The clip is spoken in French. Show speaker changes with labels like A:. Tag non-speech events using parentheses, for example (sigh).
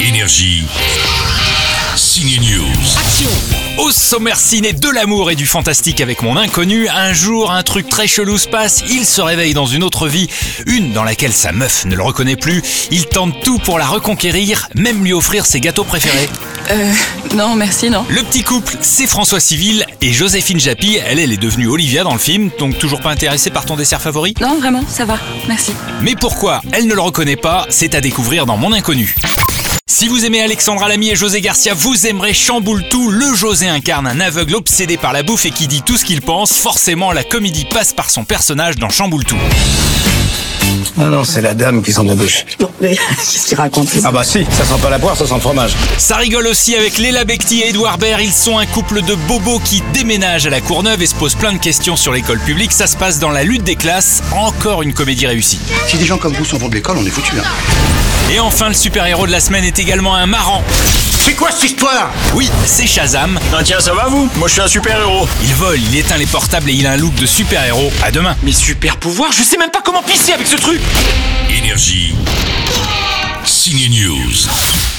A: Énergie. Signe News.
B: Au sommaire ciné de l'amour et du fantastique avec mon inconnu, un jour un truc très chelou se passe, il se réveille dans une autre vie, une dans laquelle sa meuf ne le reconnaît plus, il tente tout pour la reconquérir, même lui offrir ses gâteaux préférés.
C: Euh, non, merci, non.
B: Le petit couple, c'est François Civil et Joséphine Japy, elle, elle est devenue Olivia dans le film, donc toujours pas intéressée par ton dessert favori
C: Non, vraiment, ça va, merci.
B: Mais pourquoi elle ne le reconnaît pas, c'est à découvrir dans Mon Inconnu. Si vous aimez Alexandra Lamy et José Garcia, vous aimerez Chamboule tout. Le José incarne un aveugle obsédé par la bouffe et qui dit tout ce qu'il pense. Forcément, la comédie passe par son personnage dans Chamboule tout.
D: Non, non, c'est la dame qui sent la bouche.
E: Non, mais (laughs) qu'est-ce qu'il raconte
D: Ah bah si, ça sent pas la poire, ça sent le fromage.
B: Ça rigole aussi avec Léla Becti et Edouard Baird. Ils sont un couple de bobos qui déménagent à la Courneuve et se posent plein de questions sur l'école publique. Ça se passe dans La lutte des classes. Encore une comédie réussie.
F: Si des gens comme vous s'en vont de l'école, on est foutus. Hein.
B: Et enfin, le super-héros de la semaine est également un marrant.
F: C'est quoi cette histoire
B: Oui, c'est Shazam.
G: Ah tiens, ça va vous Moi je suis un super héros.
B: Il vole, il éteint les portables et il a un look de super-héros. À demain.
G: Mes super pouvoirs, je sais même pas comment pisser avec ce truc
A: Énergie. Signe News.